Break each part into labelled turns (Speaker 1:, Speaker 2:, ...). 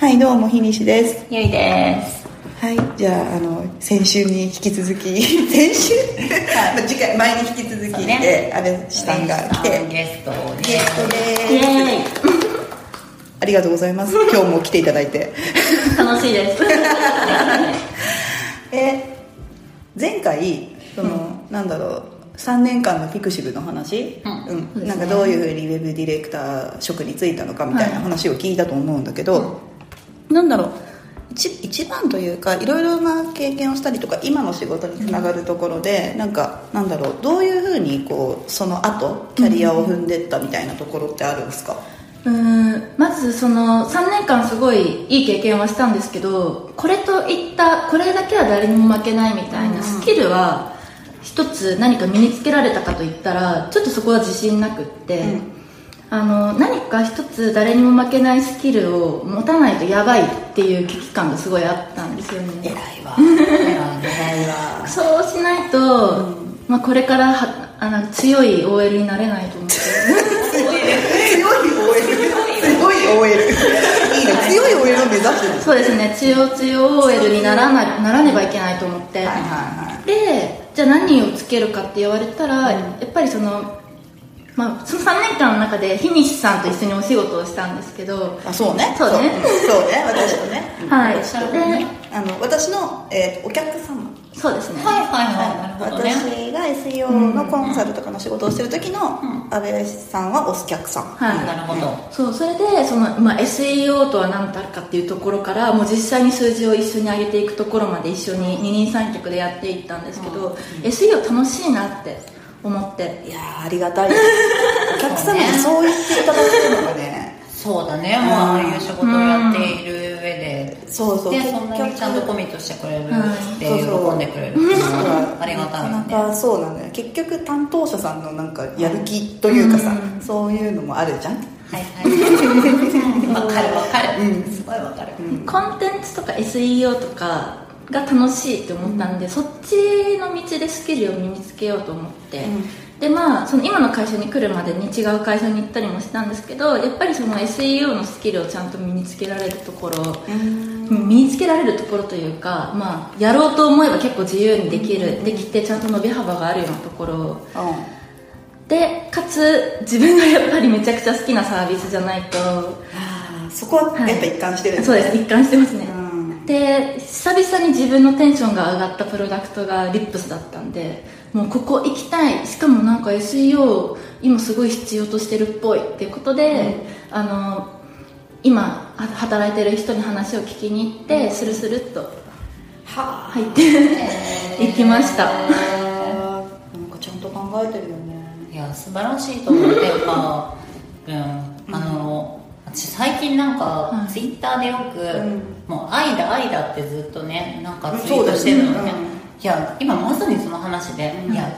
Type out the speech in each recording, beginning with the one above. Speaker 1: はい、どうも、ひにしです。
Speaker 2: ゆいです。
Speaker 1: はい、じゃあ、あの、先週に引き続き、 先週、
Speaker 2: はい
Speaker 1: まあ次回、前に引き続
Speaker 2: そう
Speaker 1: き、
Speaker 2: ね
Speaker 1: えー安倍さんが来て、
Speaker 2: ゲストで
Speaker 1: ゲスト
Speaker 2: イ
Speaker 1: でーす。
Speaker 2: エー
Speaker 1: ありがとうござい ます。今日も来ていただいて。
Speaker 2: イ楽しい です。
Speaker 1: え、前回、その、なんだろう、3年間のピクシブの話、
Speaker 2: うんそう
Speaker 1: うん、
Speaker 2: ですね
Speaker 1: なんかどういうふうにウェブディレクター職に就いたのかみたいな
Speaker 2: はい
Speaker 1: 話を聞いたと思うんだけど、なんだろう一一番というかいろいろな経験をしたりとか今の仕事につながるところで、なんかなんだろうどういうふうにこうその後キャリアを踏んでったみたいなところってあるんですか、
Speaker 2: うーんまずその3年間すごいいい経験はしたんですけどこれといったこれだけは誰にも負けないみたいなスキルは一つ何か身につけられたかといったらちょっとそこは自信なくって、
Speaker 1: うん
Speaker 2: あの何か一つ誰にも負けないスキルを持たないとやばいっていう危機感がすごいあったんですよね
Speaker 1: 偉いわ偉いわ
Speaker 2: そうしないと、まあ、これからはあの強い OL になれないと思って
Speaker 1: 強い OL 強い OL いいね強い OL を目指してる
Speaker 2: そうですね強強 OL にならなならねばいけないと思っ
Speaker 1: は
Speaker 2: て、
Speaker 1: いはいはい
Speaker 2: でじゃあ何をつけるかって言われたら、やっぱりその,、まあ、その3年間の中で日西さんと一緒にお仕事をしたんですけど
Speaker 1: あそうね
Speaker 2: そうね
Speaker 1: そうそうね私とね
Speaker 2: はい
Speaker 1: 私とねあの私の、えーとお客様
Speaker 2: そうですね、
Speaker 3: はいはいはい、なるほどね。
Speaker 1: 私が SEO のコンサルとかの仕事をしてる時の阿部さんはお客さん、
Speaker 2: はい
Speaker 3: なるほど。
Speaker 2: そうそれでその、まあ、SEO とは何だかっていうところからもう実際に数字を一緒に上げていくところまで一緒に二人三脚でやっていったんですけど、SEO 楽しいなって思って
Speaker 1: いやーありがたいですお客様にそう言っていただけるのがね
Speaker 3: そうだね、まあ、ああいう仕事をやっている上で、
Speaker 1: そうそう
Speaker 3: で、そんなにちゃんとコミットしてくれるって喜んでくれるって
Speaker 1: そう
Speaker 3: い
Speaker 1: そう
Speaker 3: の
Speaker 1: う
Speaker 3: はありがたいよ
Speaker 1: な
Speaker 3: ね。
Speaker 1: かなかそうなんだよ結局担当者さんのなんかやる気というかさ、そういうのもあるじゃん
Speaker 3: はいはい。 わかるわかる。すごいわかる。
Speaker 2: コンテンツとか SEO とかが楽しいって思ったんで、そっちの道でスキルを身につけようと思って、でまあその今の会社に来るまでに違う会社に行ったりもしたんですけどやっぱりその SEO のスキルをちゃんと身につけられるところ、身につけられるところというか、まあ、やろうと思えば結構自由にできる、できてちゃんと伸び幅があるようなところでかつ自分がやっぱりめちゃくちゃ好きなサービスじゃないと
Speaker 1: うんそこはやっぱ一貫してるん
Speaker 2: そう
Speaker 1: ね
Speaker 2: です一貫してますね、
Speaker 1: うん
Speaker 2: で久々に自分のテンションが上がったプロダクトがリップスだったんでもうここ行きたいしかもなんか SEO 今すごい必要としてるっぽいっていうことで、あの今は働いてる人に話を聞きに行って、スルスルっと
Speaker 1: は
Speaker 2: 入って、 行きました
Speaker 1: あなんかちゃんと考えてるよね
Speaker 3: いや、素晴らしいと思う。っていうか、うん、あの、私最近なんか、ツイッターでよく、もう、愛だ愛だってずっとね、なんかツイートしてるの
Speaker 1: そうだ
Speaker 3: ね
Speaker 1: よね。
Speaker 3: いや、今まさにその話で、いや、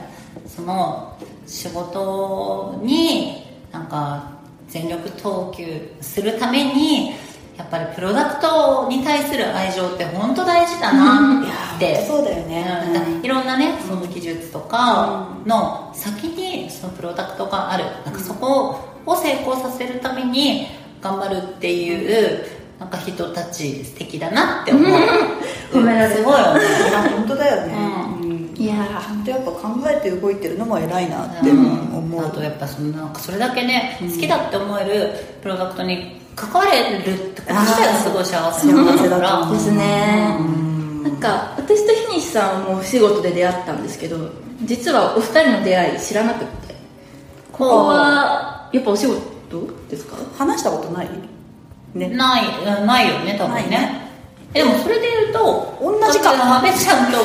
Speaker 3: その、仕事に、なんか、全力投球するために、やっぱりプロダクトに対する愛情って本当大事だなっ
Speaker 1: いや
Speaker 3: て
Speaker 1: そうだよね
Speaker 3: うんだからいろんなねその技術とかの先にそのプロダクトがあるなんかそこを成功させるために頑張るっていうなんか人たち素敵だなって思う
Speaker 2: うん褒められる
Speaker 3: すごいよね
Speaker 1: いや本当だよね、う
Speaker 3: う
Speaker 1: ん
Speaker 2: いや
Speaker 1: ちゃんとやっぱ考えて動いてるのも偉いなって思う、
Speaker 3: あとやっぱそのなんかそれだけね、好きだって思えるプロダクトに関われるってこと自体がすごい幸せなん
Speaker 1: 幸せだ
Speaker 3: だか
Speaker 1: と
Speaker 3: ら
Speaker 1: 思う
Speaker 2: ですね、なんか私と日西さんはもうお仕事で出会ったんですけど実はお二人の出会い知らなくってここはやっぱお仕事ですか
Speaker 1: 話したことないね
Speaker 3: ないうんないよね多分ね
Speaker 1: ないね
Speaker 3: えでもそれで言うと
Speaker 1: 同じか
Speaker 3: 阿部 ちゃんと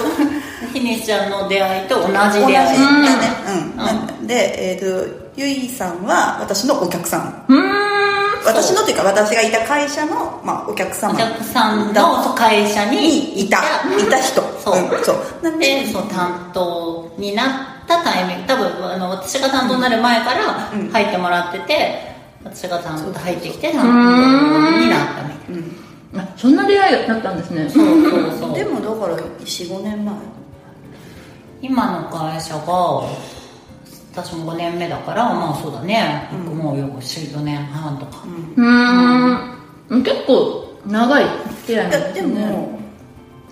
Speaker 3: ひねちゃんの出会いと同じ出
Speaker 1: 同じ
Speaker 3: 会い
Speaker 2: うん
Speaker 1: だねうん、
Speaker 3: ん
Speaker 1: なんでえっ、とゆいさんは私のお客さん
Speaker 2: うーん
Speaker 1: 私のというか私がいた会社の、まあ、お客様
Speaker 3: お客さんの会社に
Speaker 1: にいたいた人、
Speaker 3: そうん
Speaker 1: そうなん
Speaker 3: で
Speaker 1: で
Speaker 3: その担当になったタイミング多分あの私が担当になる前から
Speaker 1: うん
Speaker 3: 入ってもらってて、私が担当入ってきて担
Speaker 2: う
Speaker 3: 当
Speaker 2: ん
Speaker 3: になったみた
Speaker 2: あ
Speaker 3: い
Speaker 2: そんな出会いだったんですね
Speaker 3: なそうそうそう
Speaker 1: でもだから45年前
Speaker 3: 今の会社が私も5年目だからまあそうだね、僕もうよく4年半とか、
Speaker 2: うーん結構長い付き合い
Speaker 1: い
Speaker 2: なん
Speaker 1: や
Speaker 2: です
Speaker 1: で
Speaker 2: ね
Speaker 1: も、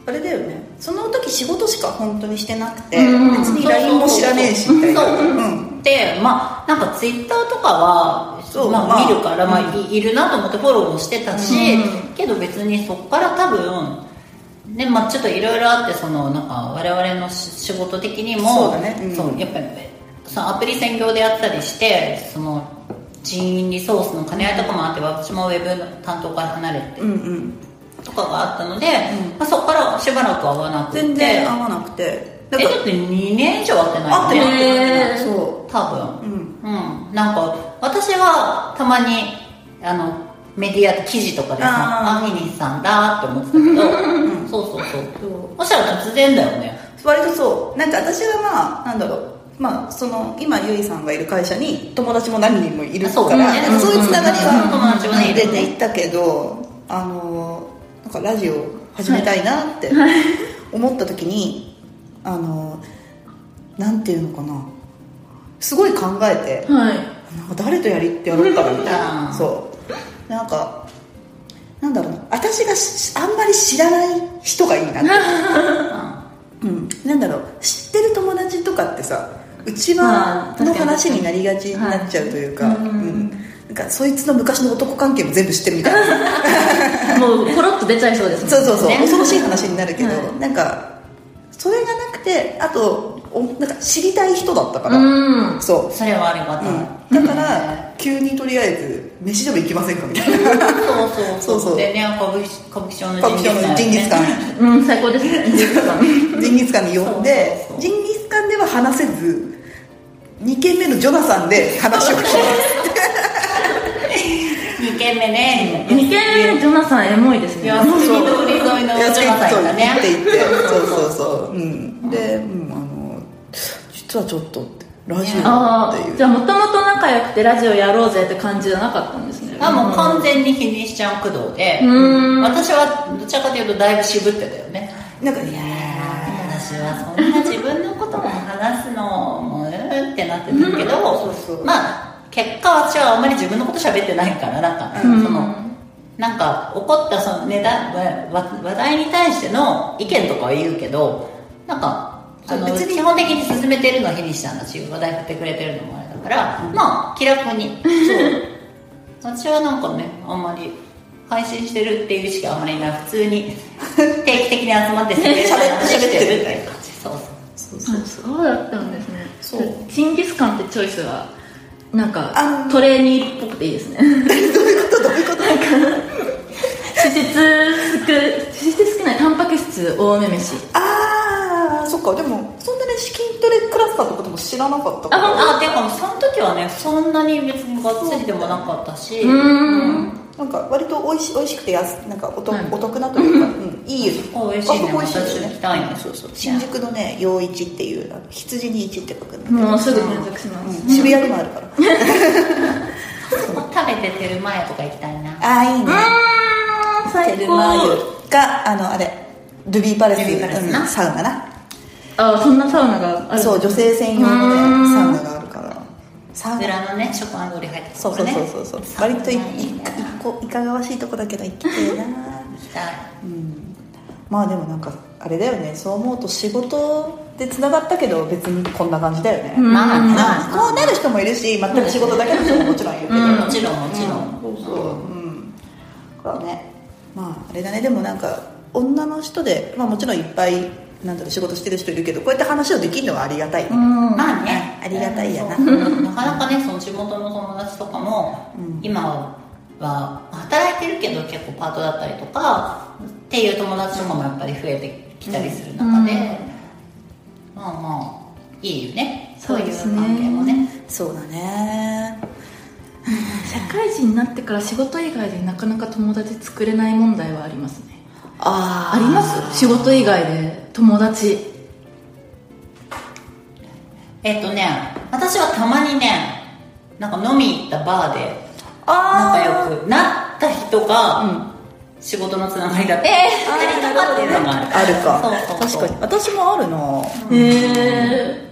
Speaker 1: あれだよねその時仕事しか本当にしてなくて、
Speaker 2: うん
Speaker 1: 別に LINE も知らねえしみたいな
Speaker 3: そう
Speaker 1: うん
Speaker 3: でまあなんかツイッターとかは
Speaker 1: そう
Speaker 3: まあ
Speaker 1: まあ
Speaker 3: 見るから、まあいいるなと思ってフォローもしてたし、
Speaker 2: う
Speaker 3: けど別にそこから多分でまあ、ちょっといろいろあってそのなんか我々のし仕事的にも
Speaker 1: そうだねうん
Speaker 3: そうやっぱりそのアプリ専業でやったりしてその人員リソースの兼ね合いとかもあって私もウェブの担当から離れて
Speaker 1: うんうん
Speaker 3: とかがあったので、まあ、そこからしばらく会わなくて
Speaker 1: 全然合わなくてだ
Speaker 3: え
Speaker 1: か
Speaker 3: だって2年以上会ってない
Speaker 1: ら合ってな
Speaker 2: 会
Speaker 1: く
Speaker 2: へ
Speaker 1: て
Speaker 2: ー
Speaker 1: そ
Speaker 3: 多分
Speaker 1: ううん
Speaker 3: うん、なんか私はたまにあのメディア記事とかでさ
Speaker 1: あ
Speaker 3: アミニさんだって思ってたけ ど、そうそうそ
Speaker 1: そ
Speaker 3: う
Speaker 1: う
Speaker 3: そしたら突然だよね
Speaker 1: 割とそうなんか私はまあなんだろうまあその今ゆいさんがいる会社に友達も何人もいるからそ
Speaker 3: そ
Speaker 1: うう,、
Speaker 3: ね
Speaker 1: いうつながり
Speaker 3: うん友達もね
Speaker 1: はい出
Speaker 3: るね
Speaker 1: ていったけどあのなんかラジオ始めたいな って思った時に、あのなんていうのかなすごい考えて、
Speaker 2: はい
Speaker 1: なんか誰とやりってやろうかなみたい
Speaker 3: あ
Speaker 1: な
Speaker 3: ー
Speaker 1: そうなんかなんだろうな私がしあんまり知らない人がいいなってうん、なんだろう知ってる友達とかってさうち
Speaker 2: まあ
Speaker 1: は
Speaker 2: 確か
Speaker 1: の
Speaker 2: に
Speaker 1: 話になりがちになっちゃうというか、
Speaker 2: はい
Speaker 1: うん
Speaker 2: うん
Speaker 1: なんかそいつの昔の男関係も全部知ってるみたいな
Speaker 2: もうポロッと出ちゃいそうですもん
Speaker 1: そうそうそう
Speaker 2: ね
Speaker 1: 恐ろしい話になるけど、
Speaker 2: は
Speaker 1: なんかそれがなくてあとおなんか知りたい人だったから、
Speaker 2: うん
Speaker 1: そ
Speaker 3: それはありが
Speaker 1: う、
Speaker 3: たい、
Speaker 1: うん、だから急にとりあえず飯でも行きませんかみたいな
Speaker 3: そうそう
Speaker 1: そうそう
Speaker 3: でね歌舞伎歌舞伎町の
Speaker 1: 歌舞伎町のジンギスカン
Speaker 2: うん最高です ねジンギスカン
Speaker 1: ジンギスカンに寄って
Speaker 3: そうそうそう
Speaker 1: ジンギスカンでは話せず2軒目のジョナサンで話を聞きます
Speaker 3: 2軒目ね
Speaker 2: 二軒目ジョナサンエモいです
Speaker 3: い
Speaker 2: ね
Speaker 3: やそうそう通り沿いの
Speaker 1: や
Speaker 3: お
Speaker 1: つ
Speaker 3: 茶
Speaker 1: け
Speaker 3: 屋さん
Speaker 1: 行
Speaker 3: だ
Speaker 1: っ
Speaker 3: ね
Speaker 1: て行ってそうそうそう、うん、で、うん、あの実はちょっとってラジオ
Speaker 2: あ
Speaker 1: ってい
Speaker 2: あ
Speaker 1: う
Speaker 2: じゃあもともと仲良くてラジオやろうぜって感じじゃなかったんですね
Speaker 3: あもう完全に否認しちゃう工藤で、
Speaker 2: うん
Speaker 3: 私はどちらかというとだいぶ渋ってたよね
Speaker 1: なんかい
Speaker 3: い
Speaker 1: や
Speaker 3: やー私はそんな自分のことも話すのもうーんってなってたけど
Speaker 1: そうそう
Speaker 3: まあ結果私はあんまり自分のこと喋ってないからなんか、
Speaker 2: うん
Speaker 3: そのなんか起こったその値段わわ話題に対しての意見とかは言うけどなんかあの
Speaker 1: 別に
Speaker 3: 基本的に進めてるのは日にしたんだし話題振ってくれてるのもあれだから、まあ気楽に私はなんかねあんまり配信してるっていう意識はあんまりない普 通に定期的に集まって喋って
Speaker 1: 喋ってる
Speaker 3: みたいな感じそうそ
Speaker 1: そう
Speaker 3: う
Speaker 1: そう
Speaker 2: あそうだったんですね
Speaker 1: そう
Speaker 2: ジンギスカンってチョイスはなん
Speaker 1: あ
Speaker 2: か
Speaker 1: の
Speaker 2: トレーニーっぽくていいですねどういうことどういうことなんか脂質少脂質少ないタンパク質多め飯
Speaker 1: ああそっかでもそんなに資金トレクラスターってことも知らなかったから
Speaker 3: あでもその時はねそんなに別にがっつりでもなかったし
Speaker 2: うー
Speaker 3: うん
Speaker 2: ん
Speaker 1: なんか割とおいし美味しくて安なんかおと、
Speaker 2: うん
Speaker 1: お得なというか、うん、いいよ
Speaker 3: こ美味しいね
Speaker 1: あそこ美味しいよ
Speaker 3: 私行きたいね
Speaker 1: そうそう新宿のね陽一っていうあの羊に一って書くんだけど
Speaker 2: もうすぐ検索します、
Speaker 1: うん渋谷にもあるから
Speaker 3: そこ食べててる前とか行きたいな
Speaker 1: ああいいね
Speaker 2: あー最
Speaker 1: テル
Speaker 2: 高
Speaker 1: マー湯があのあれルビーパレス
Speaker 3: ルビーパレスな
Speaker 1: うんサウナな
Speaker 2: あーそんなサウナがある
Speaker 1: そう女性専用のね
Speaker 2: うん
Speaker 1: サウナがあるからサウナ
Speaker 3: 裏のねチョコアンドリ入って
Speaker 1: そう
Speaker 3: と
Speaker 1: そう
Speaker 3: こね
Speaker 1: そうそうそう割といい
Speaker 3: サウナいいね
Speaker 1: こいかがわしいとこだけど行きたいな
Speaker 3: 行きたい
Speaker 1: うんまあでもなんかあれだよねそう思うと仕事でつながったけど別にこんな感じだよね、
Speaker 2: うん
Speaker 3: まあ
Speaker 1: な
Speaker 3: まあ
Speaker 1: こうなる人もいるし全く仕事だけの人ももちろんいるけど、
Speaker 2: うん
Speaker 3: もちろんもちろん、
Speaker 1: そうそううんだからねまああれだねでもなんか女の人で、まあ、もちろんいっぱいなんだろう仕事してる人いるけどこうやって話をできるのはありがたいね、
Speaker 2: うん
Speaker 3: まあね
Speaker 1: ありがたいやな
Speaker 3: そうなかなかねその地元の友達とかも、
Speaker 1: うん
Speaker 3: 今は働いてるけど結構パートだったりとかっていう友達とかもやっぱり増えてきたりする中で、
Speaker 2: うん
Speaker 3: まあまあいいよね
Speaker 2: そ
Speaker 3: そううい
Speaker 2: で
Speaker 3: う
Speaker 2: すね
Speaker 3: 関係もね
Speaker 1: そうだね
Speaker 2: 社会人になってから仕事以外でなかなか友達作れない問題はありますね
Speaker 1: あ
Speaker 2: あります仕事以外で友達
Speaker 3: えっとね私はたまにねなんか飲み行ったバーで
Speaker 1: あ
Speaker 3: 仲良くなった人が、仕事のつながりだったりとかっていうのが
Speaker 1: あるか
Speaker 3: そうそうそう
Speaker 1: 確かに私もあるな
Speaker 2: へえ